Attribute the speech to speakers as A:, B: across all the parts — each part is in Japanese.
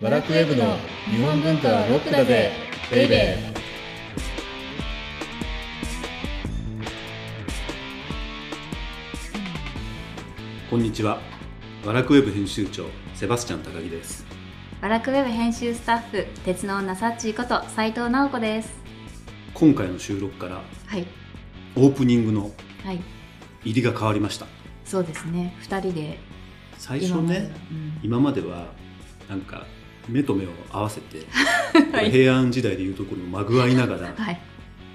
A: ワラクウェブの日本文化はロックだぜベイベー
B: こんにちは。ワラクウェブ編集長セバスチャン高木です。
C: バラクウェブ編集スタッフ鉄の女サッチーこと斉藤直子です
B: 今回の収録から
C: はい
B: オープニングの
C: はい
B: 入りが変わりました。
C: そうですね2人で
B: 最初ね、
C: うん
B: 今まではなんか目と目を合わせ て、
C: はい
B: 平安時代でいうところのまぐわいながら、
C: はい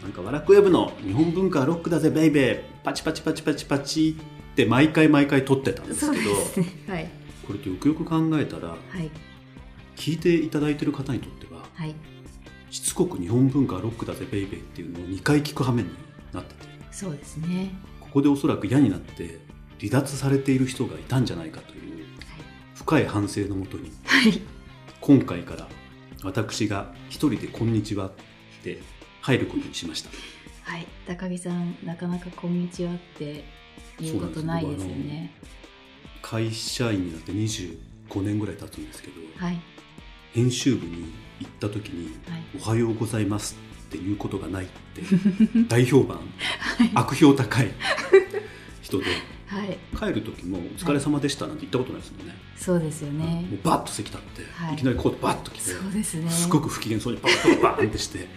B: なんかワラクウェブの日本文化はロックだぜベイベー、パチパチパチパチパチって毎回毎回撮ってたんです
C: そう
B: け
C: で
B: ど、
C: すねはい
B: これってよくよく考えたら、
C: はい
B: 聞いていただいてる方にとっては、
C: はい
B: しつこく日本文化はロックだぜベイベーっていうのを2回聞く羽目になってて。
C: そうですね
B: ここでおそらく嫌になって離脱されている人がいたんじゃないかという深い反省のもとに
C: はい
B: 今回から私が一人で「こんにちは」って入ることにしました
C: はい高木さんなかなか「こんにちは」って言うことないですよね
B: 会社員になって25年ぐらい経つんですけど、
C: はい
B: 編集部に行った時に
C: はい
B: 「おはようございます」っていうことがないって 大評判、悪評高い人で
C: はい
B: 帰る時も「お疲れ様でした」なんて言ったことないですもんね、
C: そうですよね
B: もうバッと席立って、
C: はい
B: い、きなりコートバッと着て
C: そうですね
B: すごく不機嫌そうにバッバンってして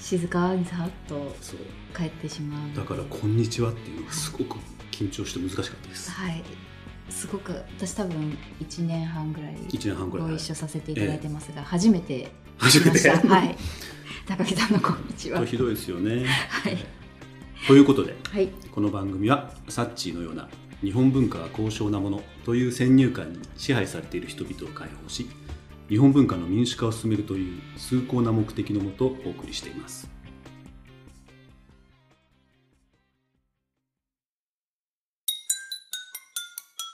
C: 静かにさっと
B: そう
C: 帰ってしまう
B: だから「こんにちは」っていうのがすごく緊張して難しかったです
C: はいすごく私多分1年半ぐらい
B: 1年半ぐらい
C: ご一緒させていただいてますが、初めて
B: 初め
C: ましてた。はい。高木さんのこんにちは。
B: と
C: は
B: ひどいですよね
C: い。
B: ということで
C: はい。
B: この番組はサッチーのような日本文化は高尚なものという先入観に支配されている人々を解放し日本文化の民主化を進めるという崇高な目的のもとお送りしています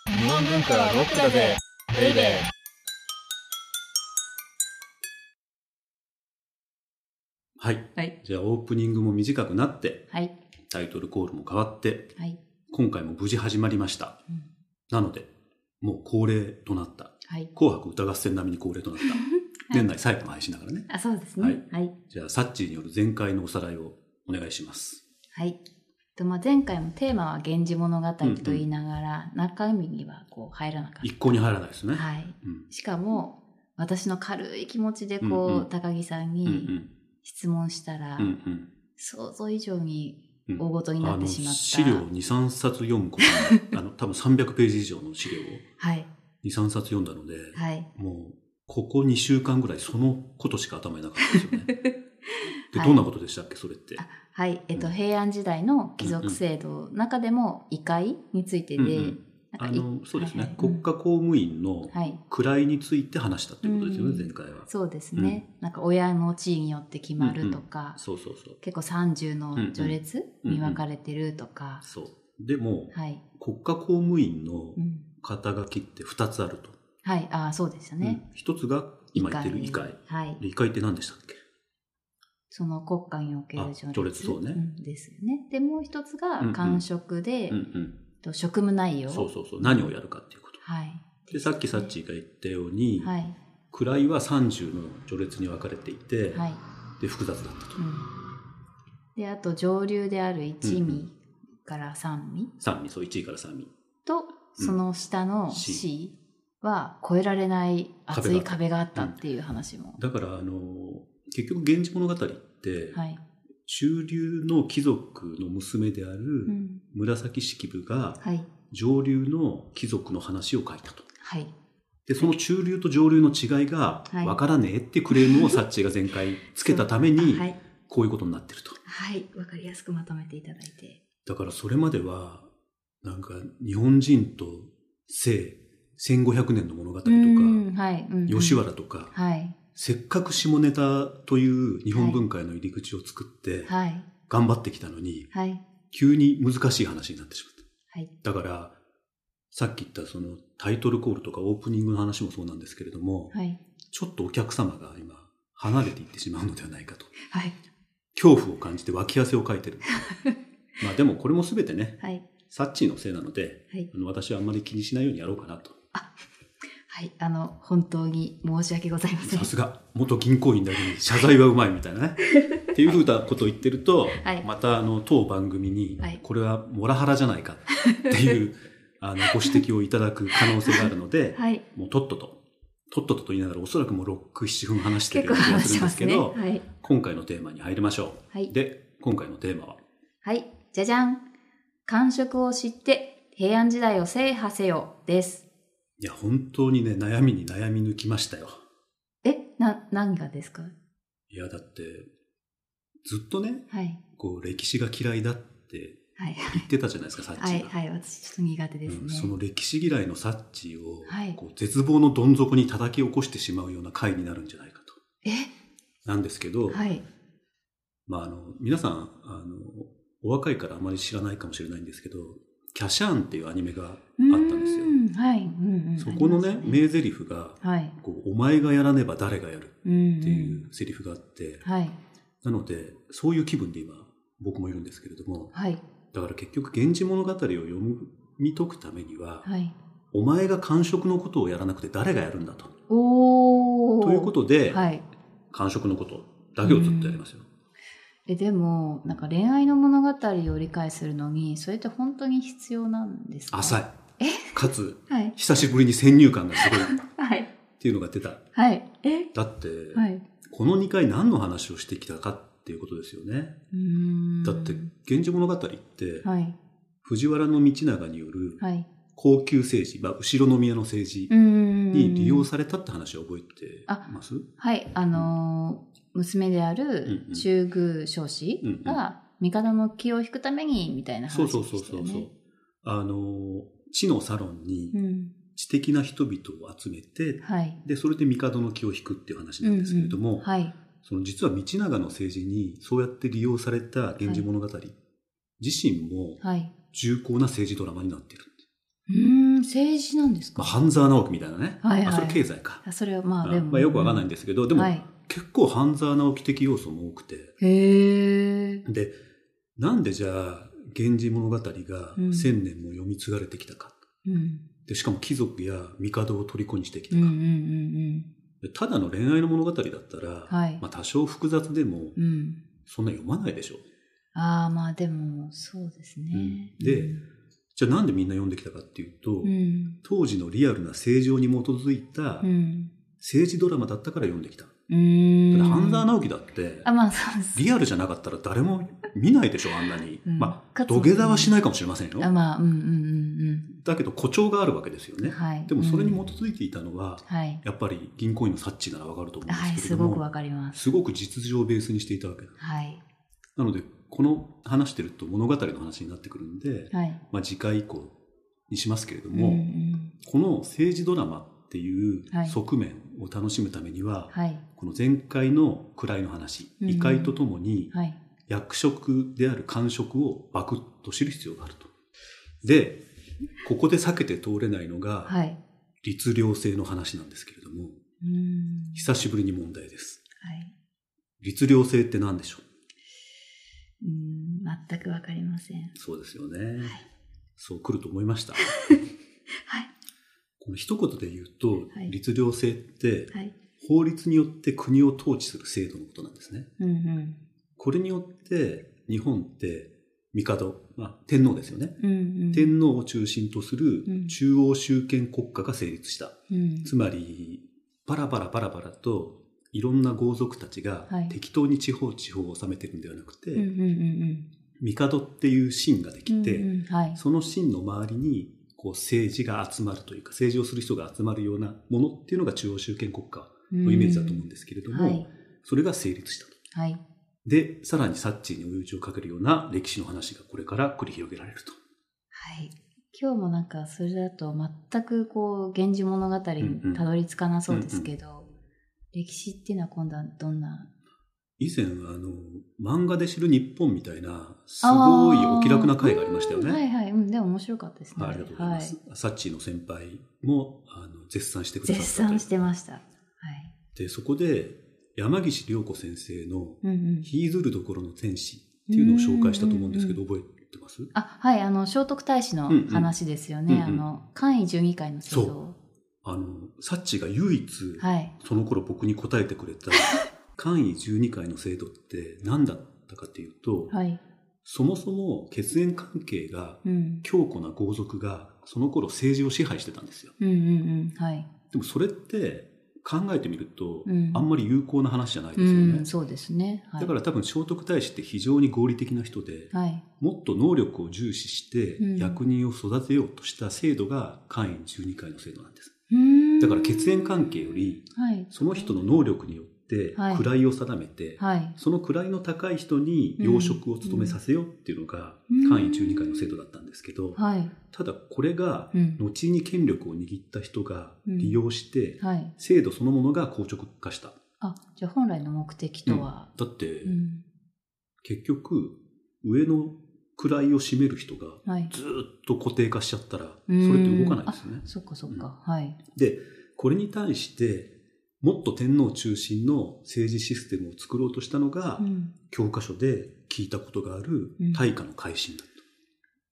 A: 日本文化はロックだぜベイベー
B: はい
C: はい。
B: じゃあオープニングも短くなって
C: はい。
B: タイトルコールも変わって
C: はい。
B: 今回も無事始まりました
C: うん
B: なのでもう恒例となった
C: はい。
B: 紅白歌合戦並みに恒例となった 年内最後の配信だからね
C: あ、そうですね。はい。
B: じゃあサッチーによる前回のおさらいをお願いします
C: はい。とまあ、前回もテーマは「源氏物語」と言いながら、中身にはこう入らなかっ
B: 一向に入らないですね、
C: た、はい、
B: うん
C: しかも私の軽い気持ちでこう、
B: うんうん
C: 高木さ
B: うん
C: ん
B: う
C: に
B: ん
C: 質問したら、
B: うんうん
C: 想像以上に
B: うん
C: 大ごとにな
B: あ
C: っ
B: の
C: てしまった、
B: 資料23冊読むことに あの多分300ページ以上の資料を
C: はい
B: 23冊読んだので、
C: はい
B: もうここ2週間ぐらいそのことしか頭になかったですよね で
C: はい
B: どんなことでしたっけそれって
C: あはい、えっと、
B: うん
C: 平安時代の貴族制度の中でも異界についてで、
B: うんうん
C: なんか
B: あ
C: い
B: のそうですね、
C: はいはい
B: 国家公務員の
C: はい、
B: 位について話したということですよね、
C: うん
B: 前回は
C: そうですね、なんか親の地位によって決まるとか、
B: そうそうそう
C: 結構30の序列
B: うんうん
C: に分かれてるとか、
B: そうでも、
C: はい、
B: 国家公務員の
C: うん、
B: 肩書きって2つあると、
C: はいああそうでしたね、
B: うん1つが今言ってる
C: 異
B: 異界で
C: はい
B: 異界って何でしたっけ
C: その国家における
B: あ
C: 序列
B: 序列そうね
C: んですよねでもう一つ
B: うんう
C: が
B: ん
C: 官職で、
B: うん
C: と職務内
B: う
C: 容
B: んそうそうそう何をやるかっていうこと
C: はい
B: でさっきサッチーが言ったように、
C: はい
B: 位は30の序列に分かれていて、
C: はい
B: で複雑だったと、
C: うんであと上流である一
B: うんう
C: 味から三味
B: 三味そう1位から三味
C: とその下の
B: C
C: C は越えられない厚い
B: 壁
C: 壁があったっていう話も、
B: だからあの結局「源氏物語」って、
C: はい、
B: 中流の貴族の娘であ
C: う
B: る
C: ん、
B: 紫式部が
C: はい
B: 上流の貴族の話を書いたと。
C: はい
B: でその中流と上流の違いが
C: はい
B: 分からねえってクレームをサッチーが前回つけたために
C: はい
B: こういうことになってると
C: はいわかりやすくまとめていただいて
B: だからそれまではなんか日本人と性1500年の物語とか
C: うんはい、うんうん
B: 吉原とか
C: はい
B: せっかく下ネタという日本文化への入り口を作って
C: はい
B: 頑張ってきたのに
C: はい
B: 急に難しい話になってしまった。
C: はい
B: だから、さっき言ったそのタイトルコールとかオープニングの話もそうなんですけれども、
C: はい
B: ちょっとお客様が今、離れていってしまうのではないかと。
C: はい
B: 恐怖を感じて脇汗をかい てる。まあでもこれも全てね、
C: はい
B: サッチーのせいなので、
C: はい
B: あの私はあんまり気にしないようにやろうかなと。
C: はい、あの、本当に申し訳ございません
B: さ。すが元銀行員だけに謝罪はうまいみたいな ねっていうふうなことを言ってると、
C: はい
B: またあの当番組に、
C: はい
B: これはモラハラじゃないかっていう あのご指摘をいただく可能性があるので、
C: はい、
B: もうとっとととっととと言いながらおそらくもう67分話してる
C: 結
B: よ
C: 構
B: うな気がす
C: 話し
B: るん
C: ま
B: です
C: す
B: け
C: ね。
B: ど
C: はい、
B: 今回のテーマに入りましょ
C: は
B: う
C: い、
B: で今回のテーマは
C: はい、じゃじゃん。感触を知って平安時代を制覇せよです。
B: いや本当にね悩みに悩み抜きましたよ
C: え、な、何がですか。
B: いやだってずっとね
C: はい、
B: こう歴史が嫌いだって
C: はい、
B: 言ってたじゃないですかさっちが、
C: はい、はい、私ちょっと苦手です
B: うん
C: ね。
B: その歴史嫌いのサッチーを、
C: はい
B: こう絶望のどん底に叩き起こしてしまうような回になるんじゃないかと。
C: え、
B: なんですけど、
C: はい、
B: まあ、あの皆さんあのお若いからあまり知らないかもしれないんですけど「キャシャーン」っていうアニメがあったんですよ
C: う。んはい、うん、うん。
B: そこの
C: あ
B: ね
C: りました
B: 名台詞が
C: はい、
B: こう「お前がやらねば誰がやる」
C: うん、
B: っていうセリフがあって、
C: うん。はい、
B: なのでそういう気分で今僕もいるんですけれども
C: はい、
B: だから結局「源氏物語」を読み解くためには、
C: はい。
B: お前が官職のことをやらなくて誰がやるんだと。
C: おお。
B: ということとで、
C: はい。
B: 感触のことだけをずっとやりますよ。
C: えでもなんか恋愛の物語を理解するのにそれって本当に必要なんですか
B: 浅い
C: え。
B: かつ、
C: はい
B: 久しぶりに先入観がすごいっ
C: はい
B: ていうのが出た。
C: はいえ
B: だって、
C: はい
B: この2回何の話をしてきたかっていうことですよね。
C: うーん
B: だって、源氏物語って、
C: はい
B: 藤原道長による
C: はい
B: 高級政治、まあ、後ろ宮の政治
C: うーん
B: に利用されたって話を覚えてます
C: はいあのー娘である
B: うんうん
C: 中宮彰子が味方の気を引くためにみたいな話
B: そう
C: でした
B: そ
C: よ
B: う
C: ね
B: そうそうそう。あの、知のサロンに
C: うん
B: 知的な人々を集めて、
C: はい
B: で、それで帝の気を引くっていう話なんですけれども、
C: うんうんはい
B: その実は道長の政治にそうやって利用された「源氏物語」自身も
C: はい
B: 重厚な政治ドラマになっている、
C: うーん政治なんですか
B: まあ、半沢直樹みたいなね、
C: はいはい
B: あそれ経済か、
C: あそれはまあで
B: あ
C: も
B: まあ、よくわかんないん
C: で
B: ですけどでも、
C: はい
B: 結構半沢直樹的要素も多くて
C: へえ
B: でなんでじゃあ「源氏物語」が
C: うん
B: 千年も読み継がれてきたか、
C: うん
B: でしかも貴族や帝を虜にしてきた
C: う
B: か、
C: んうんうん
B: でただの恋愛の物語だったら、
C: はい
B: まあ、多少複雑でも
C: うんうん
B: そんな読まないでしょ
C: ああまあでもそうですね。
B: うんでじゃあなんでみんな読んできたかっていうと、
C: うん
B: 当時のリアルな政情に基づいた
C: うん
B: 政治ドラマだったから読んできた。
C: うーん。
B: だって半沢直樹だって、
C: あまあそうです。
B: リアルじゃなかったら誰も見ないでしょ、あんなに。
C: うん
B: まあ、
C: かつ
B: 土下座はしないかもしれませんよ。
C: あまあうんうんうん
B: だけど誇張があるわけですよ
C: うん
B: ね。
C: はい。
B: でもそれに
C: うん
B: 基づいていたのは、
C: はい
B: やっぱり銀行員の察知ならわかると思うん
C: はい
B: ですけ
C: す
B: れど
C: ご
B: も、
C: くわかります。
B: すごく実情をベースにしていたわけだ。
C: はい
B: なので、この話してると物語の話になってくるんで、
C: はい。
B: まあ次回以降にしますけれど
C: うんう
B: も、
C: ん
B: この政治ドラマっていう
C: はい
B: 側面を楽しむためには、
C: はい
B: この前回の位の話、
C: うん
B: 異界とともに
C: はい
B: 役職である官職をバクッと知る必要があると。で、ここで避けて通れないのが、
C: はい。
B: 律令制の話なんですけれども、
C: うん
B: 久しぶりに問題です。
C: はい。
B: 律令制って何でしょう
C: うん全くわかりません。
B: そうですよね。そう来ると思いま した。
C: はい
B: この一言で言うと、
C: はい
B: 律令制って
C: はい。
B: 法律によって国を統治する制度のことなんですね。
C: うんうん
B: これによって日本って帝、まあ、天皇ですよね、
C: うんうん。
B: 天皇を中心とす
C: うん
B: る中央集権国家が成立した、
C: うん
B: つまりバラバラバラバラといろんな豪族たちが
C: はい
B: 適当に地方地方を治めてるんではなくて、
C: うんうんうん
B: 帝っていう神がで
C: う
B: き
C: ん。
B: て、
C: うんうんはい。
B: その神の周りにこう政治が集まるというか政治をする人が集まるようなものっていうのが中央集権国家のイメージだと思うんですけれども、
C: はい
B: それが成立したと。
C: はい
B: で、さらにサッチーに追い打ちをかけるような歴史の話がこれから繰り広げられると。
C: はい。今日もなんかそれだと全くこう「源氏物語」にたどり着かなそうですけど、歴史っていうのは今度はどんな
B: 以前、あの、漫画で知る日本みたいな、すごいお気楽な回がありましたよね。
C: うんは
B: はい
C: いはい、うん、でも面白かったですね
B: ありがとうございます。
C: は
B: サッチーの先輩もあの絶賛してくださっ
C: 絶
B: た
C: 賛してましたはい
B: で、そこで山岸涼子先生の
C: うんうん
B: ヒーズルどころの天使っていうのを紹介したと思うんですけど、
C: うん
B: 覚えてます
C: あはいあの聖徳太子の話ですよ
B: う
C: ね、
B: んうん
C: あの簡易十二回の制
B: そ
C: 度
B: あの、サッチが唯一、
C: はい。
B: その頃僕に答えてくれた、簡易12回の制度って何だったかっていうと、
C: はい。
B: そもそも血縁関係が
C: うん。
B: 強固な豪族が、その頃政治を支配してたんですよ。
C: うんうんうん。はい。
B: でもそれって考えてみると、
C: うん
B: あんまり有効な話じゃないで
C: う
B: すよね。
C: ん、そうですね。はい。
B: だから多分聖徳太子って非常に合理的な人で、
C: はい。
B: もっと能力を重視して
C: うん
B: 役人を育てようとした制度が簡易12回の制度なんです。
C: うーん
B: だから血縁関係より
C: はい。
B: その人の能力によって
C: はい
B: 位を定めて、
C: はい。
B: その位の高い人に要職を務めさせようっていうのが
C: うん
B: 簡易12回の制度だったんですけど、
C: はい。
B: ただこれが
C: うん。
B: 後に権力を握った人が利用して
C: はい。
B: 制度そのものが硬直化した。
C: あ、じゃあ本来の目的とは。
B: だって、
C: うん。
B: 結局上の位を占める人が
C: はい。
B: ずっと固定化しちゃったらそれ
C: ん
B: って動かないですよね。
C: そっかそっか。はい。
B: でこれに対してもっと天皇中心の政治システムを作ろうとしたのが、
C: うん。
B: 教科書で聞いたことがある
C: うん
B: 大化の改新だと、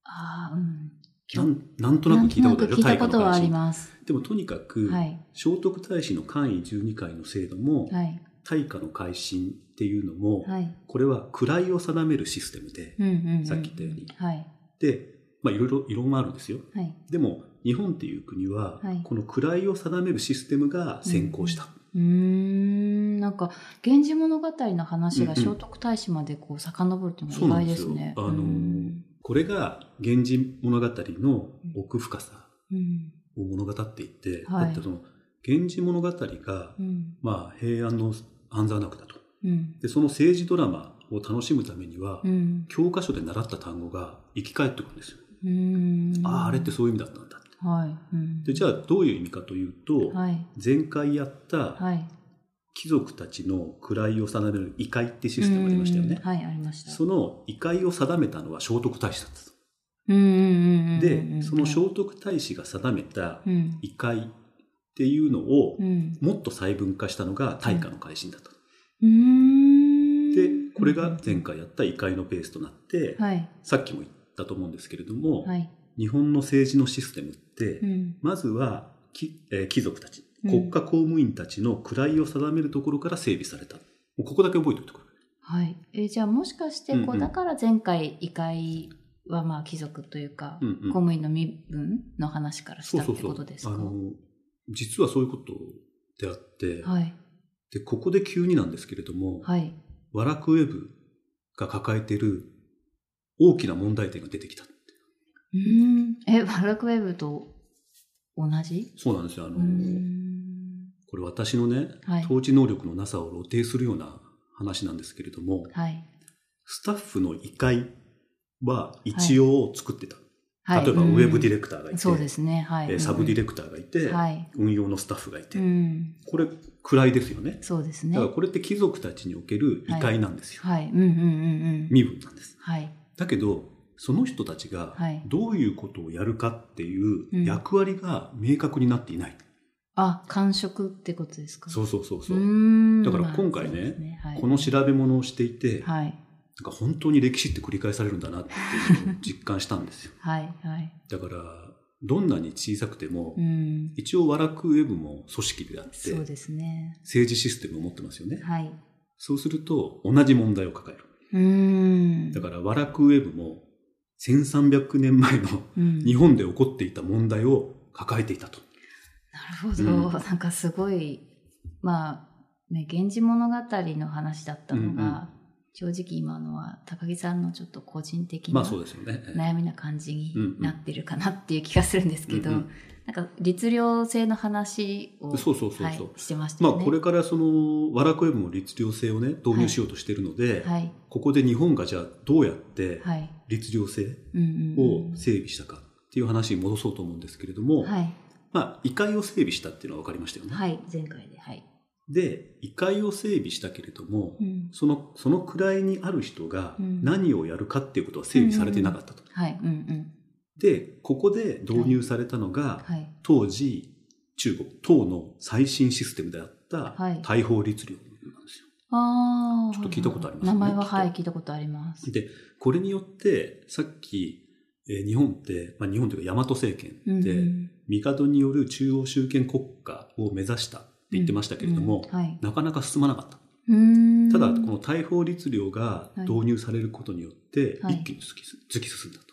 C: ああ、うん。
B: なんなんとな
C: なん
B: く聞
C: と
B: いた
C: な
B: こと
C: く
B: ある
C: 聞
B: よ
C: い
B: 大化
C: たこ
B: の
C: とはあ
B: 改
C: り
B: 新
C: ます。
B: でもとにかく、
C: はい。
B: 聖徳太子の簡易12回の制度も、
C: はい。
B: 大化の改新っていうのも、
C: はい。
B: これは位を定めるシステムで、
C: うんうん、うん。
B: さっき言ったように
C: はい。
B: でまあいろいろ異論もあるんですよ
C: はい。
B: でも日本っていう国は、
C: はい
B: この位を定めるシステムが先行した、
C: うーん。なんか、源氏物語の話が
B: うんう
C: 聖
B: ん
C: 徳太子までこう遡るっていう
B: そう
C: の
B: な
C: は
B: ん
C: 意
B: で
C: 外ですす
B: よ
C: ね。
B: あのー
C: うん
B: これが「源氏物語」の奥深さ
C: うん。
B: を物語っていて、
C: はい
B: だってその「源氏物語が」
C: うん。
B: まあ、平安の安座楽だと
C: うん。
B: でその政治ドラマを楽しむためには、
C: うん。
B: 教科書で習った単語が生き返ってくるんですよ、
C: うん。
B: あああれってそういう意味だったんだって
C: はい。うん。
B: でじゃあどういう意味かというと、
C: はい。
B: 前回やった
C: はい。
B: 貴族たちの位を定める異界ってシステムありましたよね、
C: うんはい、ありました。
B: その異界を定めたのは聖徳太子だったと。
C: うんうんうんうんうん
B: で、その聖徳太子が定めた
C: うん。
B: 異界っていうのを
C: うん。
B: もっと細分化したのが大化の改新だと。
C: うーん
B: で、これが前回やった異界のベースとなって、
C: はい。
B: さっきも言ったと思うんですけれども、
C: はい。
B: 日本の政治のシステムって
C: う、ん。
B: まずは貴,、えー貴族たち、
C: うん
B: 国家公務員たちの位を定めるところから整備された。もうここだけ覚えておいてくれ。
C: はい。えーじゃあもしかして、こ
B: うんう
C: う、
B: ん
C: だから前回、異界はまあ貴族というか、
B: うんうん
C: 公務員の身分の話からし
B: そう
C: たっ
B: そう
C: て
B: そ
C: こと
B: う
C: です
B: あ
C: か
B: の実はそういうことであって、
C: はい。
B: でここで急になんですけれども、
C: はい。
B: ワラクウェブが抱えている大きな問題点が出てきた
C: うーん。え、ワラクウェブと同じ
B: そうなんですよあの、
C: うーん。
B: これ私のね、
C: はい
B: 統治能力のなさを露呈するような話なんですけれども
C: はい。
B: スタッフの異界は一応作ってた、
C: はい
B: 例えばウェブディ
C: レ
B: レクターがいて、
C: そうですね。は
B: えー
C: い。
B: サブディ
C: レ
B: レクターがいて、
C: はい。
B: 運用のスタッフがいて、
C: うん。
B: これ位ですよね
C: そうです
B: だ
C: ね
B: から。これって貴族たちにおける異界なんですよ、
C: はい。うんうんうんうん。
B: 身分なんです
C: はい。
B: だけどその人たちが
C: はい
B: どういうことをやるかって
C: う
B: い
C: ん
B: う役割が明確になっていない、
C: あ、感触ってことですか
B: そうそうそうそうう、
C: ーん
B: だから今回ね
C: まあそうですはい、
B: この調べ物をしていて、
C: はい。
B: なんか本当に歴史って繰り返されるんだなっていうのを実感したんですよ
C: はい。はい。
B: だからどんなに小さくても、
C: うん。
B: 一応ワラクウェブも組織であって
C: そう
B: 政
C: ですね。
B: 治システムを持ってますよね、
C: はい。
B: そうすると同じ問題を抱える
C: うーん。
B: だからワラクウェブも1300年前の
C: うん、
B: 日本で起こっていた問題を抱えていたと
C: なるほど。なんかすごい、まあ、ね、源氏物語の話だったのが、
B: うんうん
C: 正直今のは高木さんのちょっと個人的
B: ま
C: な
B: あそうですよね、ええ
C: 悩みな感じに
B: うんうん
C: なってるかなっていう気がするんですけど、
B: うんうん
C: なんか律令制の話を
B: そうそうそうそう
C: はい、してました
B: まあ
C: よね。
B: これからそのワラクウェブも律令制をね導入しようとしているので、
C: はい。
B: ここで日本がじゃあどうやって
C: はい。
B: 律令制
C: うんうんうん
B: を整備したかっていう話に戻そうと思うんですけれども、
C: はい。
B: まあ異界を整備したっていうのは分かりましたよね。
C: はい、前回で。はい。
B: で異界を整備したけれども、
C: うん。
B: そのその位にある人が
C: うん
B: 何をやるかっていうことは整備されてなかったと。
C: はい、うんうん。
B: でここで導入されたのが、
C: はい。
B: 当時中国唐の最新システムであった
C: はい
B: 大法律令なんですよ。
C: ああ。
B: ちょっと聞いたことありますね
C: 名前は、はい、
B: きっ
C: 聞いたことあります。
B: で、これによって、さっき、えー日本って、まあ、日本というか大和政
C: う
B: 権
C: ん
B: って、
C: うん
B: 帝による中央集権国家を目指したって言ってましたけれども、
C: うんはい、
B: なかなか進まなかった。
C: うーん
B: ただ、この大法律令が導入されることによって、
C: はい
B: 一気に突きす突き進んだと。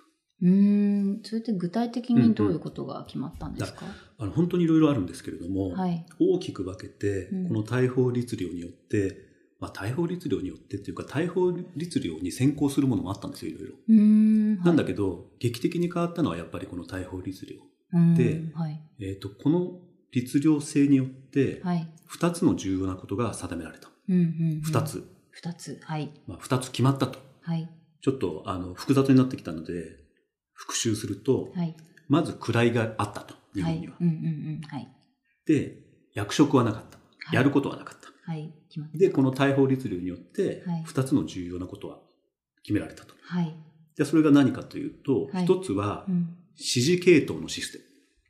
C: うーんそれって具体的にどういうことが決まったんですか、
B: あの本当にいろいろあるんですけれども、
C: はい
B: 大きく分けて、
C: うん
B: この大法律令によって、まあ、大法律令によってっていうか、大法律令に先行するものもあったんですよ、いろいろ。
C: うーん
B: なんだ
C: っ
B: けど、劇的に変わったのはやっぱりこの大法律令。
C: け
B: で
C: はい
B: えっ、と、この律令制によって、
C: はい
B: 2つの重要なことが定められた。
C: うんうんうん
B: 2つ。
C: 二つはい
B: まあ、2つ決まったと。
C: はい
B: ちょっと、あの、複雑になってきたので、復習すると、
C: はい
B: まず位があったと、日
C: は
B: 本
C: い
B: には。
C: うんうんうんはい
B: で、役職はなかった。
C: はい
B: やることはなかった。
C: はい決まった
B: で、この大法律令によって
C: はい、
B: 2つの重要なことは決められたと。
C: はい
B: で、それが何かというと、
C: はい
B: 1つは
C: う、ん
B: 指示系統のシステ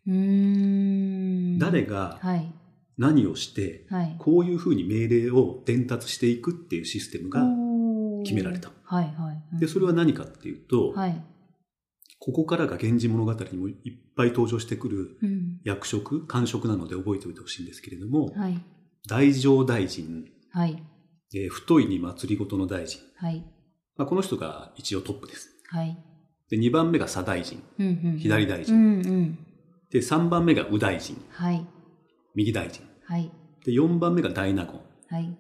B: ム。
C: うーん
B: 誰が
C: はい
B: 何をして、
C: はい
B: こういうふうに命令を伝達していくっていうシステムが
C: おー
B: 決められた。
C: はいはい
B: で、それは
C: ね
B: 何かっていうと、
C: はい
B: ここからが源氏物語にもいっぱい登場してくる
C: うん
B: 役職、官職なので覚えておいてほしいんですけれども、
C: はい
B: 大乗大臣、
C: はい
B: えー太いに祭りごとの大臣。
C: はい
B: まあ、この人が一応トップです。
C: はい
B: で、2番目が左大臣、
C: うんうん
B: 左大
C: う
B: 臣。
C: んうん
B: で、3番目が右大臣、
C: はい
B: 右大臣。
C: はい
B: で、4番目が大納言。
C: はい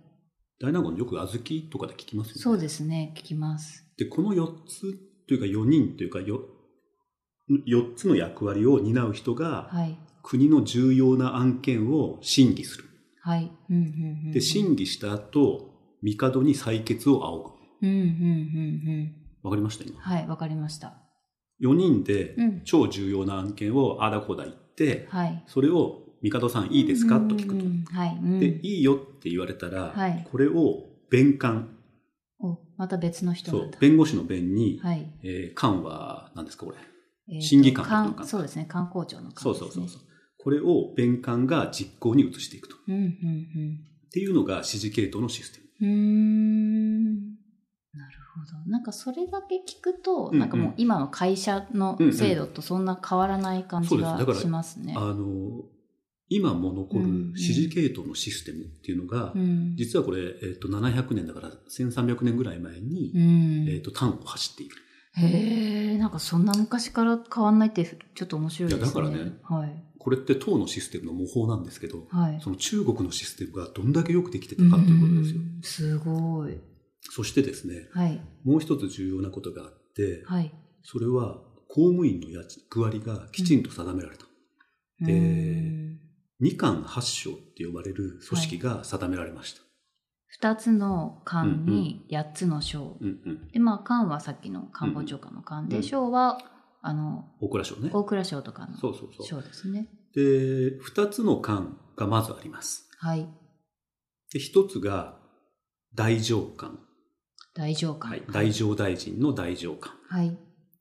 B: 大納言よく小豆とかで聞きますよね。
C: そうですね聞きます
B: で、この4つというか4人というかよ4つの役割を担う人が
C: はい
B: 国の重要な案件を審議する。
C: はいうんうんうんうん
B: で、審議した後、帝に採決を仰
C: うんうんうん
B: ぐ。わかりました
C: うん
B: 今。
C: はいわかりました
B: 4人で
C: うん
B: 超重要な案件をあだこだ言って、
C: はい
B: それを帝さんいいですかと聞
C: うんうん
B: く
C: うんはいうん
B: と。で、いいよって言われたら
C: はい、
B: これを弁官、
C: おまた別の人
B: そ
C: な
B: うん
C: だ、
B: 弁護士の弁に、
C: はい
B: えー官は何ですかこれ。
C: えーと
B: 審議官の官
C: 官そうですね官公庁の官です
B: そ
C: ね
B: うそうそうそう。これを弁官が実行に移していくと。
C: うんうん
B: っていうのが指示系統のシステム。
C: うんうーんなるほどなんかそれだけ聞くと、
B: うんうん
C: なんかもう今の会社の制度とそんな変わらない感じが
B: そうです
C: しますね、
B: あの、今も残る
C: うんうん
B: 指示系統のシステムっていうのが、
C: うん
B: 実はこれ、えっと700年だから1300年ぐらい前に、
C: うん
B: えっと端を走っている。
C: へえなんかそんな昔から変わんないってちょっと面白いですね
B: いやだからね
C: はい
B: これって唐のシステムの模倣なんですけど、
C: はい
B: その中国のシステムがどんだけよくできてたかということですよ。
C: うんすごい
B: そしてですね、
C: はい
B: もう一つ重要なことがあって、
C: はい
B: それは公務員の役割がきちんと定められた。で
C: うん
B: 二官八省って呼ばれる組織が定められました。
C: 2つの官に8つの省、
B: うんうん。
C: でまあ官はさっきの官房長官の官で、
B: うん
C: 省はあの
B: 大蔵省ね。
C: 大蔵省とか
B: そ
C: の
B: うそうそう。
C: 省ですね
B: で、二つの官がまずあります。
C: はい
B: で、一つが大上官。
C: 大上官
B: はい。大上大臣の大上官
C: はい、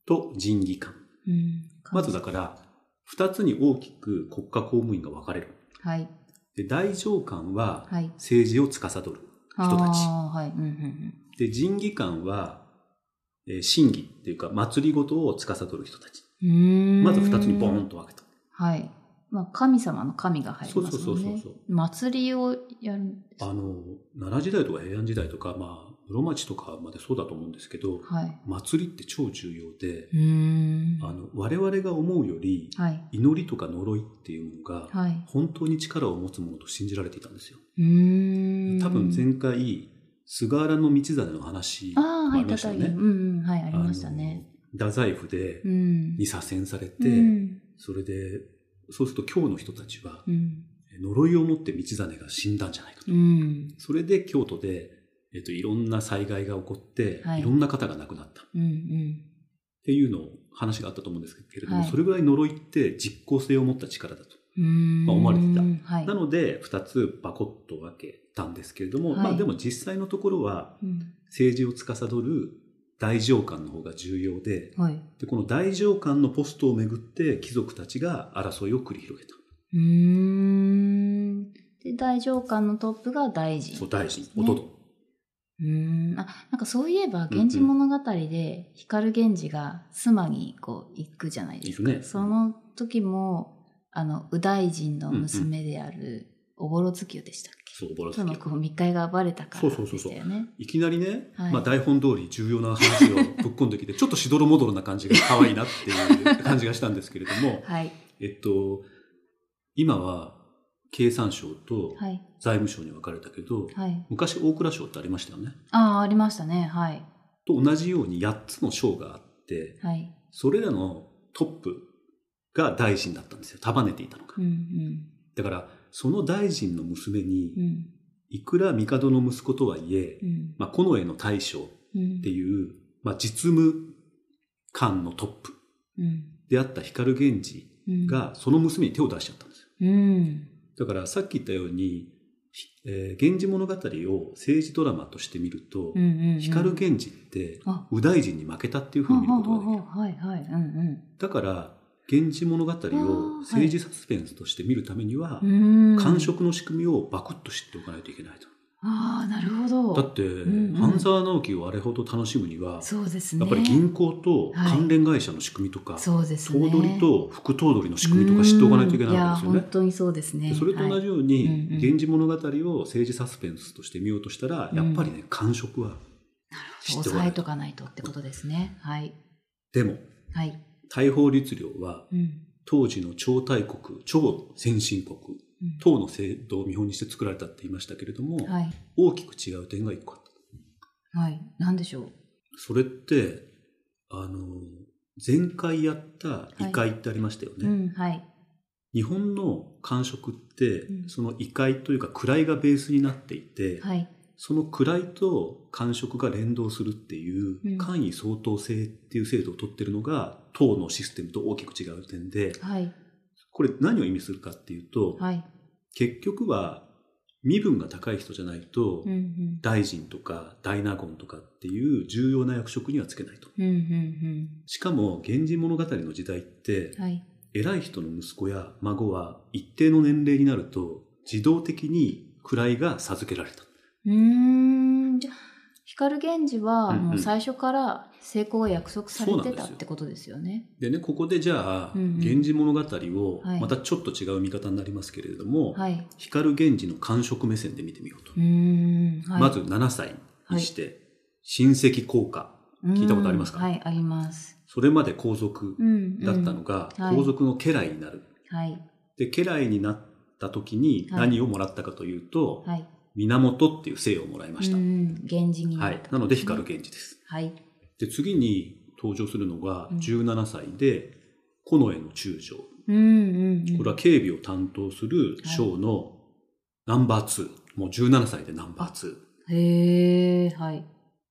B: と人技官。
C: うん、
B: まずだから、二つに大きく国家公務員が分かれる。
C: はい
B: で、大上官は
C: はい
B: 政治を司る。人たち
C: あーはいうんうんうん
B: で、人技官は、えー審議っていうか、祭りごとを司る人たち。
C: うーん
B: まず二つにボーンと分けた。
C: はい。まあ、神様の神が入ります
B: そ
C: もんね。
B: うそうそうそう
C: 祭りをやるんです
B: あの、奈良時代とか平安時代とか、まあ、室町とかまでそうだと思うんですけど、
C: はい。
B: 祭りって超重要で、
C: うーん。
B: あの、我々が思うより、
C: はい。
B: 祈りとか呪いっていうものが、
C: はい。
B: 本当に力を持つものと信じられていたんですよ。
C: うーん。
B: 多分前回、菅原道真の話
C: ああ、
B: もあ
C: は
B: り
C: い、
B: ました
C: 叩
B: よ
C: い
B: ね
C: て。う。んうん。はい、あ
B: あ
C: りましたね。
B: の。太宰府で
C: う、ん。
B: に左遷されて、
C: うん。
B: それで、そうすると今日の人たちは
C: う、ん。
B: 呪いを持って道真が死んだんじゃないかと。
C: うん。
B: それで京都で、えっと、いろんな災害が起こって、
C: はい
B: い、ろんな方が亡くなったっ
C: うん。うん。
B: ていうのを話があったと思うんですけれども、
C: はい
B: それぐらい呪いって実効性を持った力だと。
C: うーん。
B: まあ思われてた
C: はい。
B: なので、2つバコッと分けたんですけれども、
C: はい
B: まあでも実際のところは、
C: うん。
B: 政治を司る大上官の方が重要で、
C: はい。
B: でこの大上官のポストをめぐって貴族たちが争いを繰り広げた。
C: うーん。で、大上官のトップが大臣。
B: そう、大臣、
C: ね
B: 弟。
C: うーんあなんかそういえば「源氏物語」で光源氏が須磨にこう行くじゃないですか、
B: 行くね
C: その時もあの、右大臣の娘である、おぼろ月夜でしたっけ、
B: そう、ボロ
C: との
B: 月。
C: こう密会が暴れたから
B: そう
C: で
B: そうそうそう
C: したよね。
B: いきなりね、
C: はい
B: まあ台本通り重要な話をぶっ込んでき て、ちょっとしどろもどろな感じが可愛いなっていう感じがしたんですけれども、
C: はい。
B: えっと、今は経産省と
C: はい。
B: 財務省に分かれたけど、
C: はい。
B: 昔大蔵省ってありましたよね。
C: ああ、ありましたね。はい。
B: と同じように8つの省があって、
C: はい。
B: それらのトップが大臣だったんですよ。束ねていたのが。
C: うんうん。
B: だから、その大臣の娘
C: う
B: に、
C: ん。
B: いくら帝の息子とはいえ、
C: うん。
B: まあ、近衛の大将っ
C: うん
B: ていう、まあ、実務官のトップ
C: うん。
B: であった光源氏
C: うん。
B: が、その娘に手を出しちゃったんですよ。
C: うん。
B: だからさっき言ったように、ひえー源氏物語を政治ドラマとして見ると、
C: うん。うん。
B: 光
C: 源
B: 源氏って
C: あ
B: 右大臣に負けたっていうふうに見ることができる。
C: はいはい。うん
B: だから源氏物語を
C: ー
B: 政治サスペンスとして見るためには
C: う、ん。うん。
B: 官職の仕組みをバクッと知っておかないといけないと。
C: ああ、なるほど。
B: だって、
C: んうん
B: 半沢直樹をあれほど楽しむには、
C: そうですね。
B: やっぱり銀行と関連会社の仕組みとか、
C: そうですね。
B: 頭取と副頭取の仕組みとか知っておかないといけないわけですよ
C: うんい
B: ね
C: や、。本当にそうですね。
B: でそれと同
C: はい
B: じよう
C: はい
B: に
C: うんうん
B: 「源氏物語」を政治サスペンスとして見ようとしたら
C: うん
B: やっぱりね感触は知ってお
C: 抑
B: ら
C: え
B: れ
C: と
B: た
C: かないとってことですね。はい。
B: でも
C: はい。
B: 大法律令は
C: うん。
B: 当時の超大国超先進国
C: うん
B: 党の制度を見本にして作られたって言いましたけれども
C: はい。
B: 大きく違う点が一個あった
C: はい。なんでしょう。
B: それってあの前回やった異界ってありましたよ
C: う
B: ね
C: ん。はい。
B: 日本の官職って
C: うん
B: その異界というか位がベースになっていて
C: はい。
B: その位と官職が連動するっていううん官位相当制っていう制度を取ってるのが党のシステムと大きく違う点で
C: はい。
B: これ何を意味するかっていうと
C: はい。
B: 結局は身分が高い人じゃないと
C: うんうん。
B: 大臣とか大納言とかっていう重要な役職にはつけないと。
C: うんうん
B: しかも「源氏物語」の時代って
C: うん。はい。
B: 偉い人の息子や孫は一定の年齢になると自動的に位が授けられた。
C: うーん。じゃあ光源氏は
B: うんうん
C: もう最初から成功が約束されてた
B: そうなんですよ
C: ってことですよね。
B: でね、ここでじゃあ、
C: うんうん
B: 源氏物語を
C: はい
B: またちょっと違う見方になりますけれども、
C: はい。
B: 光源氏の官職目線で見てみようと。
C: うーん。はい、
B: まず7歳にして、親戚降下。聞いたことありますか
C: うんはい、あります。
B: それまで皇族
C: うんうん。
B: だったのが、
C: うんはい
B: 皇族の家来になる。
C: はい。
B: で、家来になった時に
C: はい
B: 何をもらったかというと、
C: はい。
B: 源っていう姓をもらいました。
C: うん。源氏にな
B: は
C: る
B: い。なので光源氏です。
C: はい。
B: で、次に登場するのが
C: うん
B: 17歳で、近衛の中将。
C: うんうんうん。
B: これは警備を担当する省のナンバー2。もう17歳でナンバー2。
C: へえ、はい。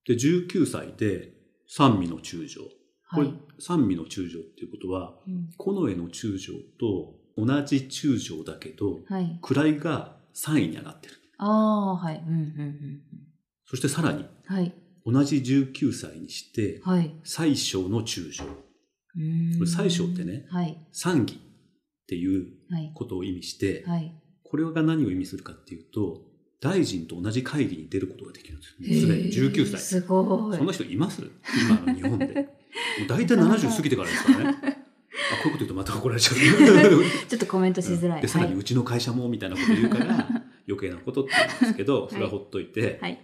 B: で、19歳で三味の中将。こ
C: は
B: れ、
C: い。
B: 三味の中将っていうことは、
C: うん
B: 近衛の中将と同じ中将だけど、
C: はい。
B: 位が3位に上がってる。
C: ああ、はい。うんうんうん
B: そしてさらに、
C: うん。はい。
B: 同じ19歳にして、
C: はい。
B: 最小の中将。
C: うーん
B: これ最小ってね
C: はい。
B: 三義っていう
C: はい。
B: ことを意味して、
C: はい。
B: これが何を意味するかっていうと、大臣と同じ会議に出ることができるんですよ。すで
C: へ
B: に
C: ー
B: 19歳。
C: すごい。
B: そんな人います今の日本で。もう大体70過ぎてからです からね。あ、こういうこと言うとまた怒られちゃう。
C: ちょっとコメントしづらい。
B: で、さらに
C: は
B: う
C: い。
B: ちの会社もみたいなこと言うから、余計なことって言うんですけど、それはほっといて。
C: はい。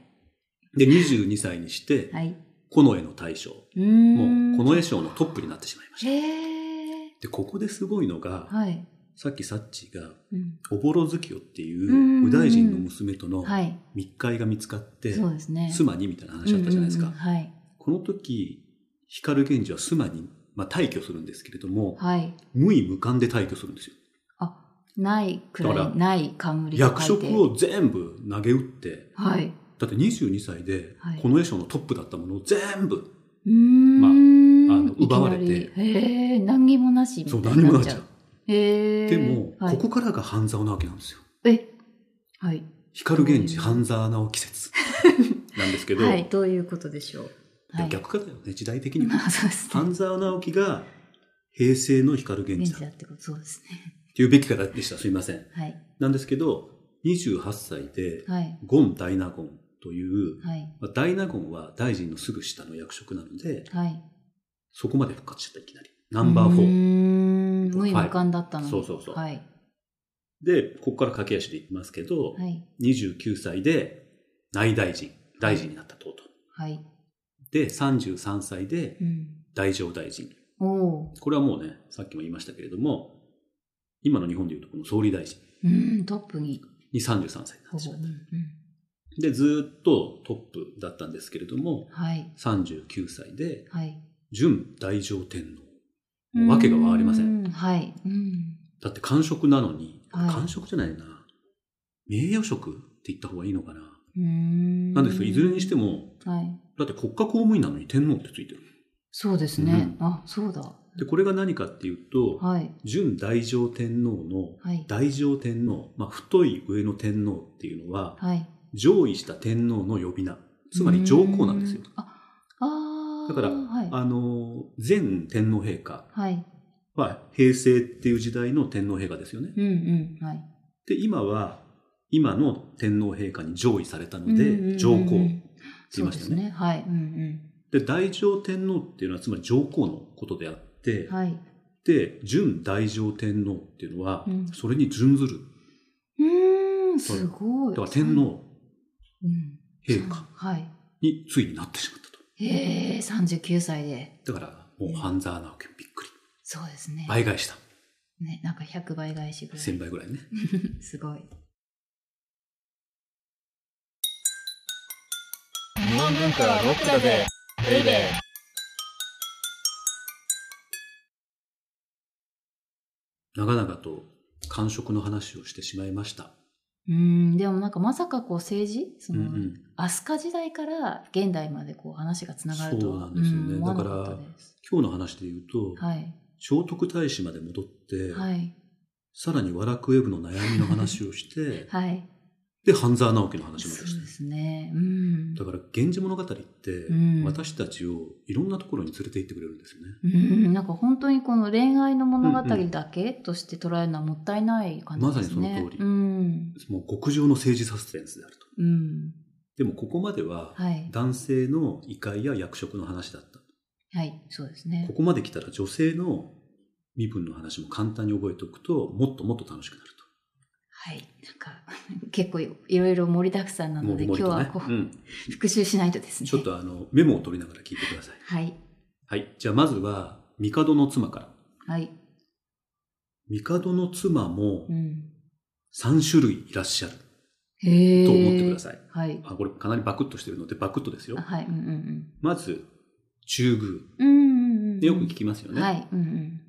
B: で、22歳にして、
C: はい。
B: 近衛の大将。
C: うーん。
B: もう、近衛省のトップになってしまいました。
C: へえ。
B: で、ここですごいのが、
C: はい。
B: さっきサッチーが、
C: うん
B: おぼろ月夜っていう
C: うんうんうん
B: 右大臣の娘との
C: はい。
B: 密会が見つかって、
C: そうですね。
B: 妻にみたいな話あったじゃないですか。
C: うんうんうんはい。
B: この時、光源氏は妻に、まあ、退去するんですけれども、
C: はい。
B: 無意無冠で退去するんですよ。
C: ないく
B: だ
C: ら
B: から
C: い、ない冠と書い
B: 役
C: て
B: 職。を全部投げ打って、
C: はい。
B: だって22歳で
C: はい、
B: この絵賞のトップだったものを全部、
C: うーん。
B: まああの奪われて
C: いきなりへえ、何にもなしみた
B: そ、
C: いうにな
B: 何にもなっちゃ
C: っ
B: う。
C: う。へえ。
B: でも、
C: はい
B: ここからが半沢直樹なんですよ。
C: え、はい。
B: 光源氏半沢直樹説なんですけど、
C: はい、どういうことでしょう。はい。
B: 逆かだよね、時代的には。
C: まあ、 そうですね。
B: 半沢直樹が平成の光
C: ベン
B: 源
C: チ
B: 氏
C: だ
B: だっ
C: ってこと、そうですね。
B: ていうべき方でした。すいません。
C: はい。
B: なんですけど、28歳で、
C: はい。
B: ゴン大納言という、
C: はい。
B: まあ、大納言は大臣のすぐ下の役職なので、
C: はい。
B: そこまで復活しちゃった、いきなり。ナンバー
C: う
B: 4。
C: ーんうん、無意無感だったのに。
B: そうそうそう
C: はい。
B: で、ここから駆け足でいきますけど、
C: はい。
B: 29歳で内大臣、大臣になったとうとう。
C: はい。
B: で、33歳で
C: うん。
B: 大乗大臣。
C: おー
B: これはもうね、さっきも言いましたけれども、今の日本でいうとこの総理大臣
C: うん、トップに、
B: に33歳にな
C: ほ
B: っち
C: ぼ。
B: ゃ
C: う
B: っ
C: ん
B: た。
C: うん
B: で、ずーっとトップだったんですけれども、
C: はい。
B: 39歳で
C: はい。
B: 準大乗天皇。もう訳がわかりません。
C: う。はい。うん。
B: だって官職なのに、
C: はい
B: 官職じゃないな。名誉職って言った方がいいのかな。
C: うーん。
B: なんですけど、いずれにして。も、
C: はい。
B: だって国家公務員なのに天皇ってついてる。
C: そうですね。
B: う
C: あ、そうだ。
B: で、これが何かっていうと、
C: はい。
B: 準大乗天皇の
C: はい。
B: 大乗天皇、まあ、太い上の天皇っていうのは、
C: はい。
B: 上位した天皇の呼び名。つまり上皇なんですよ
C: う。あ、あー
B: だから
C: はい。
B: あの、前天皇陛下
C: はい。
B: は平成っていう時代の天皇陛下ですよね。
C: うんうん。はい。
B: で、今は、今の天皇陛下に上位されたの
C: うんうんうんう
B: で、
C: ん
B: 上皇。て
C: そ
B: 言いうま
C: で
B: した
C: す
B: よね
C: ね。はい。うん
B: で、大乗天皇っていうのは、つまり上皇のことであって
C: うん。、はい。
B: で、準大乗天皇っていうのは
C: うん、
B: それに準ずる。
C: うーん、すごい。
B: だから天皇
C: うん。
B: 陛下
C: はい。
B: についになってしまったと。
C: へえ、39歳で。
B: だから、もう半沢直樹びっくり。
C: そうですね。
B: 倍返した。
C: ね、なんか100倍返しぐらい。
B: 1000倍ぐらいね。
C: すごい。
A: 日本文化はロックだぜベイベー
B: 長々と感触の話をしてしまいました。
C: うーん、でもなんかまさかこう政治そ
B: うんう
C: の、
B: ん。
C: 飛鳥時代から現代までこう話がつながるとは
B: そうなんですよね
C: ん思わなかった
B: だか
C: です。
B: 今日の話で言うと、
C: はい。
B: 聖徳太子まで戻って、
C: はい。
B: さらにワラクウェブの悩みの話を して、
C: はい。
B: で、半沢直樹の話まで
C: そう
B: し
C: で
B: て。
C: すね。うん。
B: だから、源氏物語って、
C: ん
B: 私たちをいろんなところに連れて行ってくれるんですよね。
C: うん、なんか本当にこの恋愛の物語だけとして捉えるのはもったいない感じですね。
B: まさにその通り
C: うん。
B: もう極上の政治サスペンスであると。
C: うん。
B: でも、ここまでは、
C: はい。
B: 男性の異界や役職の話だった。
C: はい、そうですね
B: こ。こまで来たら女性の身分の話も簡単に覚えておくと、もっともっと楽しくなると。
C: はい。なんか、結構いろいろ盛りだくさんなので、今
B: う
C: 日はこう、
B: うん、
C: 復習しないとですね。
B: ちょっ。とあの、メモを取りながら聞いてくださ い。
C: はい。
B: はい。じゃあまずは、帝の妻から。
C: はい。
B: 帝の妻も
C: うん。
B: 3種類いらっしゃる
C: へえ。
B: と思ってくだ
C: い。
B: さい。
C: はい。
B: あ、これかなりバクッとしてるので、バクッとですよ
C: あ。はい。うんうん
B: まず、中宮。
C: うん。うんうんうん。
B: よく聞きますよね。
C: はい。うんうん。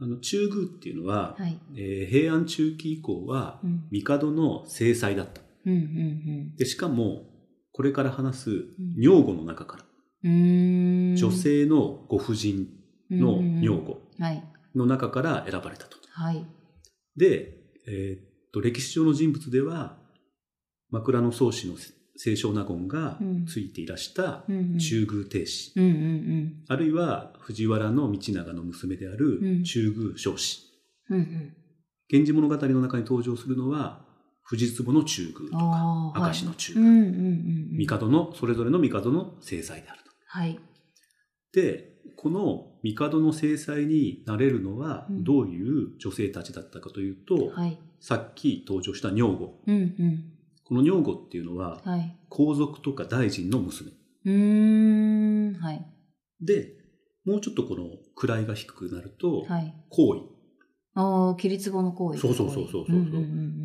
B: あの中宮っていうのは、
C: はい。
B: えー平安中期以降は
C: う、ん。
B: 帝の正妻だった。
C: うんうん
B: で、しかも、これから話す
C: ん
B: 女房の中から、
C: うん。うーん。
B: 女性のご婦人の女房
C: うん。はい。
B: の中から選ばれたと。
C: はい。
B: で、えーっと、歴史上の人物では、枕草子の清少納言が
C: うん
B: ついていらした
C: うんうん。
B: 中宮帝子、
C: うんうん
B: あるいは藤原の道長の娘であ
C: う
B: る
C: ん
B: 中宮少子。
C: うん。うんうん。
B: 源氏物語の中に登場するのは、藤壺の中宮とか、
C: ああ。
B: 明石
C: の。
B: の中
C: う
B: 宮、
C: んうんうんうん。
B: 帝の、それぞれの帝の正妻であると。
C: はい。
B: でこの帝の制裁になれるのは
C: うん
B: どういう女性たちだったかというと、
C: はい。
B: さっき登場した女房
C: うんうん。
B: この女房っていうのは
C: はい。
B: 皇族とか大臣の娘
C: うーん。はい。
B: でもうちょっとこの位が低くなると
C: はい。
B: 皇位、
C: ああ、切り壺の行為。
B: そうそうそうそうそう
C: うんうんうんう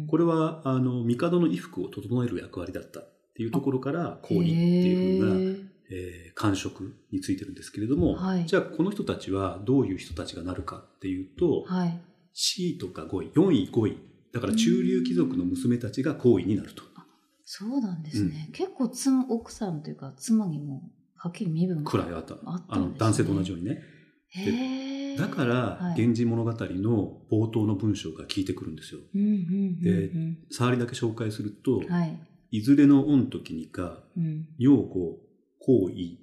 C: ん
B: これはあの帝の衣服を整える役割だったっていうところから皇位っていうふうな、
C: へー
B: えー感触についてるんですけれども、
C: はい
B: じゃあこの人たちはどういう人たちがなるかっていうと、
C: はい。
B: C とか5位4位5位だから中流貴族の娘たちが皇位になると
C: そうなんですね。結構つん、奥さんというか、妻にも、はっきり身分が
B: くらいはあった
C: あった
B: あ
C: んですね
B: の男性と同じようにね
C: へー
B: だから「
C: はい
B: 源氏物語」の冒頭の文章が効いてくるんですよ
C: うんうんうん
B: 触りだけ紹介すると、
C: うん。はい。
B: い、ずれの御時にか
C: うん。
B: 女房皇位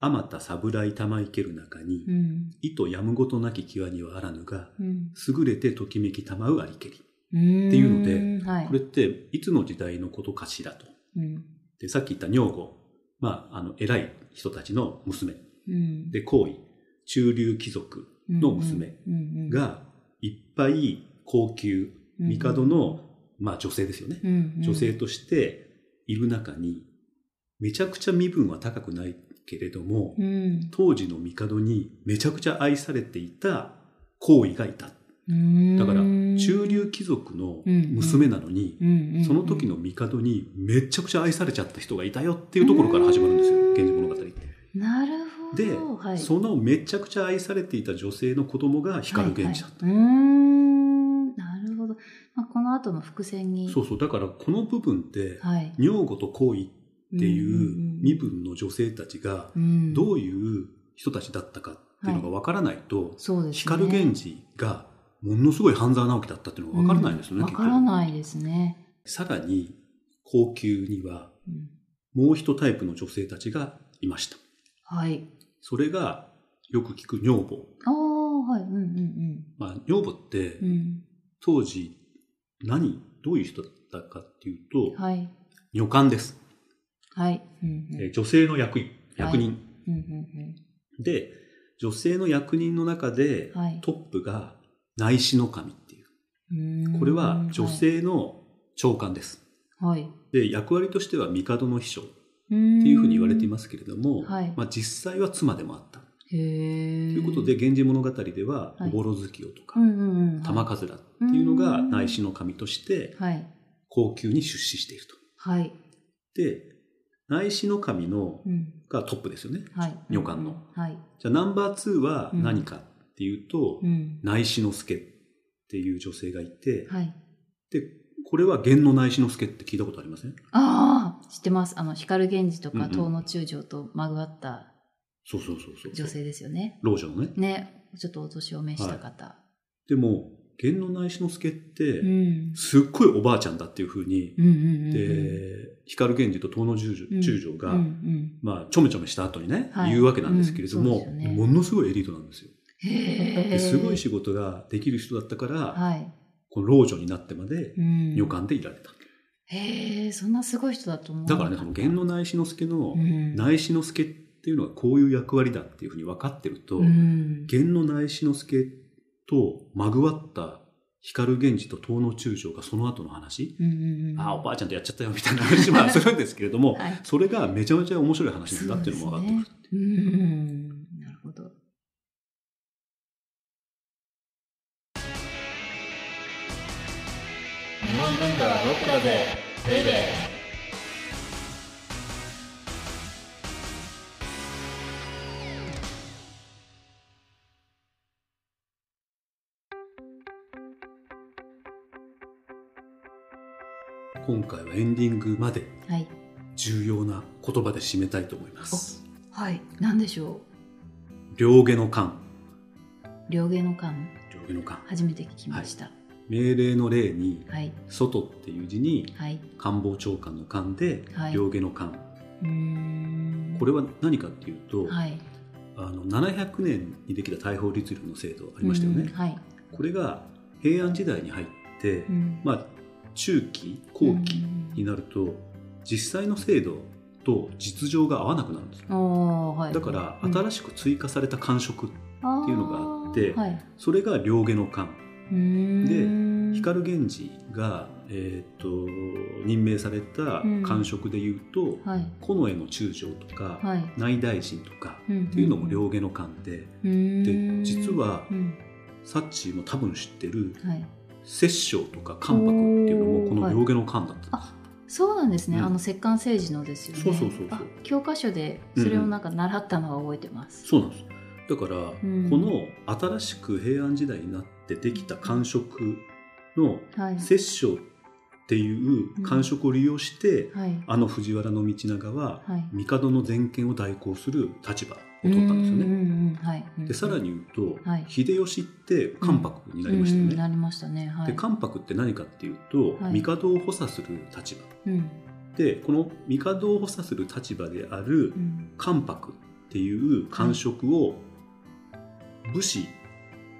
B: あまた侍玉いける中に、
C: うん。
B: 糸やむごとなき際にはあらぬが
C: うん。
B: 優れてときめきたまうありけり
C: って
B: いうの
C: で、はい。
B: これっていつの時代のことかしらと
C: うん。
B: で、さっき言った女房、まあ、あの、偉い人たちの娘。
C: うん。
B: で、皇位、中流貴族の娘
C: うんうんうんうん、
B: が、いっぱい高級帝の、まあ、女性ですよね、
C: うんうん
B: 女性としている中にめちゃくちゃ身分は高くないけれども、
C: うん
B: 当時の帝にめちゃくちゃ愛されていた皇位がいただから中流貴族の娘なのに、その時
C: の
B: の帝にめちゃくちゃ愛されちゃった人がいたよっていうところから始まるんですよ「源氏物語」って。
C: なるほど
B: で、
C: はい、
B: そのめちゃくちゃ愛されていた女性の子供が光源氏だった、
C: はいはいうーんなるほど、まあ、この後の伏線に
B: そうそうだからこの部分って、
C: はい、
B: 女房と皇位っていう身
C: 分
B: 分の女性たちが
C: うん
B: どういう人たちだったかっていうのがわからないと、
C: そうですね
B: 光源氏がものすごい半沢直樹だったっていうのがわからないですよね、
C: わ、
B: 結局
C: からないですね、
B: さらに高級には
C: うん
B: もう一タイプの女性たちがいました
C: はい
B: それがよく聞く女房、
C: ああはいうんうん
B: まあ、女房って
C: うんうん
B: 当時何どういう人だったかっていうと、
C: はい
B: 女官です、
C: はいうんうん
B: えー女性の役員役人、
C: うんうん
B: で女性の役人の中で
C: うんはい
B: トップが内侍の神っていう
C: うーん
B: これは女性の長官です、
C: はい、はい、っ
B: で役割としては帝の秘書って
C: て
B: い
C: いう
B: ふうに言われていますけれども、
C: はい
B: まあ、実際は妻でもあった
C: すへえ
B: ということで「源氏物語」では「
C: はい
B: おぼろ月夜」とか
C: うんうんう
B: 「
C: ん
B: 玉飾」っていうのが
C: うん
B: 内侍の神として
C: はい
B: 高級に出資していると。
C: はい
B: で内侍の神の
C: うん
B: がトップですよね。
C: はい
B: 女官の
C: はい
B: じゃあナンバー2は何かっていうと、
C: うん
B: 内侍の助っていう女性がいて、
C: はい
B: でこれは源の内侍の助って聞いたことありません
C: ああ知ってますあの光源氏と
B: うんう
C: か
B: ん
C: 東の中将とまぐわった
B: そうそうそうそう
C: 女性ですよね、
B: 老女のね
C: ねちょっとお年を召した方、
B: でも源の内侍の助って、
C: うん
B: すっごいおばあちゃんだっていうふうに、
C: うんうんうんうん
B: で光源氏と東の十
C: うん
B: 中将が、
C: うんうん
B: まあ、ちょめちょめした後にね、
C: はい
B: 言うわけなんですけれども、
C: うんそうですよね
B: ものすごいエリートなんですよ。
C: へ
B: で
C: え
B: すごい仕事ができる人だったから、
C: はい、
B: この老女になってまで
C: うん、
B: 女官でいられた。
C: へえそんなすごい人だと思う
B: だからね、その源の内志之助の
C: うん
B: 内志之助っていうのがこういう役割だっていうふうに分かってると、
C: うん
B: 源の内志之助とまぐわった光源氏と東の中将がその後の話、
C: うんうんうん
B: ああ、おばあちゃんとやっちゃったよみたいな話はするんですけれ ども、
C: はい
B: それがめちゃめちゃ面白い話なんだっていうのも分かってくる。
C: そうですねうんなるほど
A: 日本文化はロックだぜベイベー
B: 今回はエンディングまで
C: はい
B: 重要な言葉で締めたいと思います。
C: はい何でしょ
B: 両下の間。
C: う両芸の感
B: 両下の間。
C: 初めて聞きました
B: 命令の令に、
C: はい
B: 外っていう字に
C: はい、
B: 官房長官の官で、
C: はい
B: 両下の間。
C: うーん
B: これは何かっていうと、
C: はい
B: あの700年にできた大法律令の制度ありましたよ
C: うん
B: ね。
C: はい、
B: これが平安時代に入って、
C: うん
B: まあ中期後期になると実際の制度と実情が合わなくなるんですよ。
C: うんおーはい、
B: だから
C: うん
B: 新しく追加された官職っていうのがあって
C: ーはい、
B: それが両下の官
C: うーん
B: 光源氏が、えー、と任命された官職でいうと、
C: はい
B: 近衛の中将とか、
C: はい
B: 内大臣とか
C: うん
B: っていうのも両下の官で、
C: で
B: で実、は
C: うん
B: サッチーも多分知ってる
C: はい、
B: 摂政とか関白っていうのもこの両下の官だったんです、
C: はいそうなんですね、
B: うん
C: あの摂関政治のですよね
B: そうそうそうそう
C: あ教科書でそれをなんか習ったのは覚えてます、
B: そうなんですだから、
C: ん
B: この新しく平安時代になってできた官職の
C: はい
B: 摂政っていう官職を利用して、
C: はい
B: あの藤原道長は
C: はい
B: 帝の全権を代行する立場を取ったんですよ
C: うん
B: ね。
C: うんうんはい、
B: でさらに
C: に
B: 言うと、
C: はい
B: 秀吉って関白になりましたよね。
C: なりましたねはい
B: で関白って何かっていうと、
C: はい
B: 帝を補佐する立場
C: うん
B: でこの帝を補佐する立場である
C: うん
B: 関白っていう官職を武士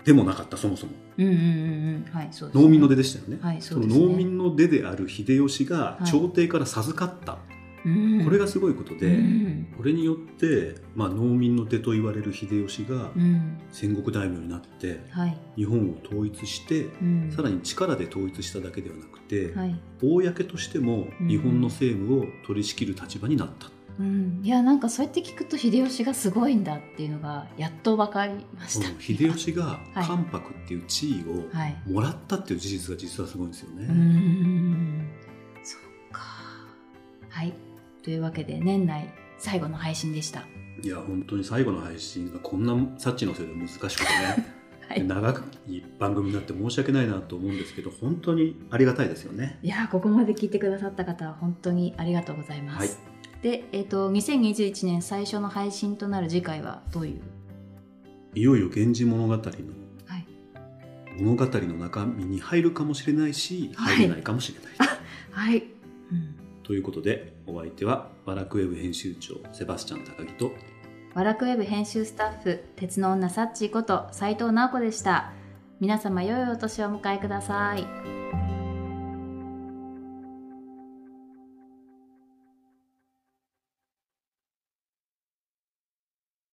B: でもなかったそもそも
C: うんうんうんうんはいそうですね
B: 農民の出でしたよね。
C: はいそ
B: そうの
C: ですね
B: 農民の出である秀吉が
C: はい
B: 朝廷から授かった
C: うん
B: これがすごいことで、
C: うん
B: これによって、まあ、農民の手と言われる秀吉が
C: うん
B: 戦国大名になって
C: はい、
B: 日本を統一して、
C: うん、
B: さらに力で統一しただけではなくて、
C: はい、
B: 公としても
C: うん
B: 日本の政務を取り仕切る立場になった、
C: うん、いやなんかそうやって聞くと秀吉がすごいんだっていうのがやっと分かりました、
B: うん秀吉が
C: はい
B: 関白っていう地位を
C: はい
B: もらったっていう事実が実はすごいんですよね。
C: うーんそっかはいというわけで年内最後の配信でした
B: いや本当に最後の配信がこんなサッチのせいで難しくてね
C: はい
B: 長い番組になって申し訳ないなと思うんですけど本当にありがたいですよね。
C: いやーここまで聞いてくださった方は本当にありがとうございます、
B: はい
C: で、えー、と2021年最初の配信となる次回はどういう
B: いよいよ「源氏物語」の
C: はい
B: 物語の中身に入るかもしれないし
C: はい
B: 入れないかもしれない。
C: はい、うん、
B: ということでお相手はバラクウェブ編集長セバスチャン高木と
C: ワラクウェブ編集スタッフ鉄の女サッチーこと斉藤直子でした皆様良いお年をお迎えください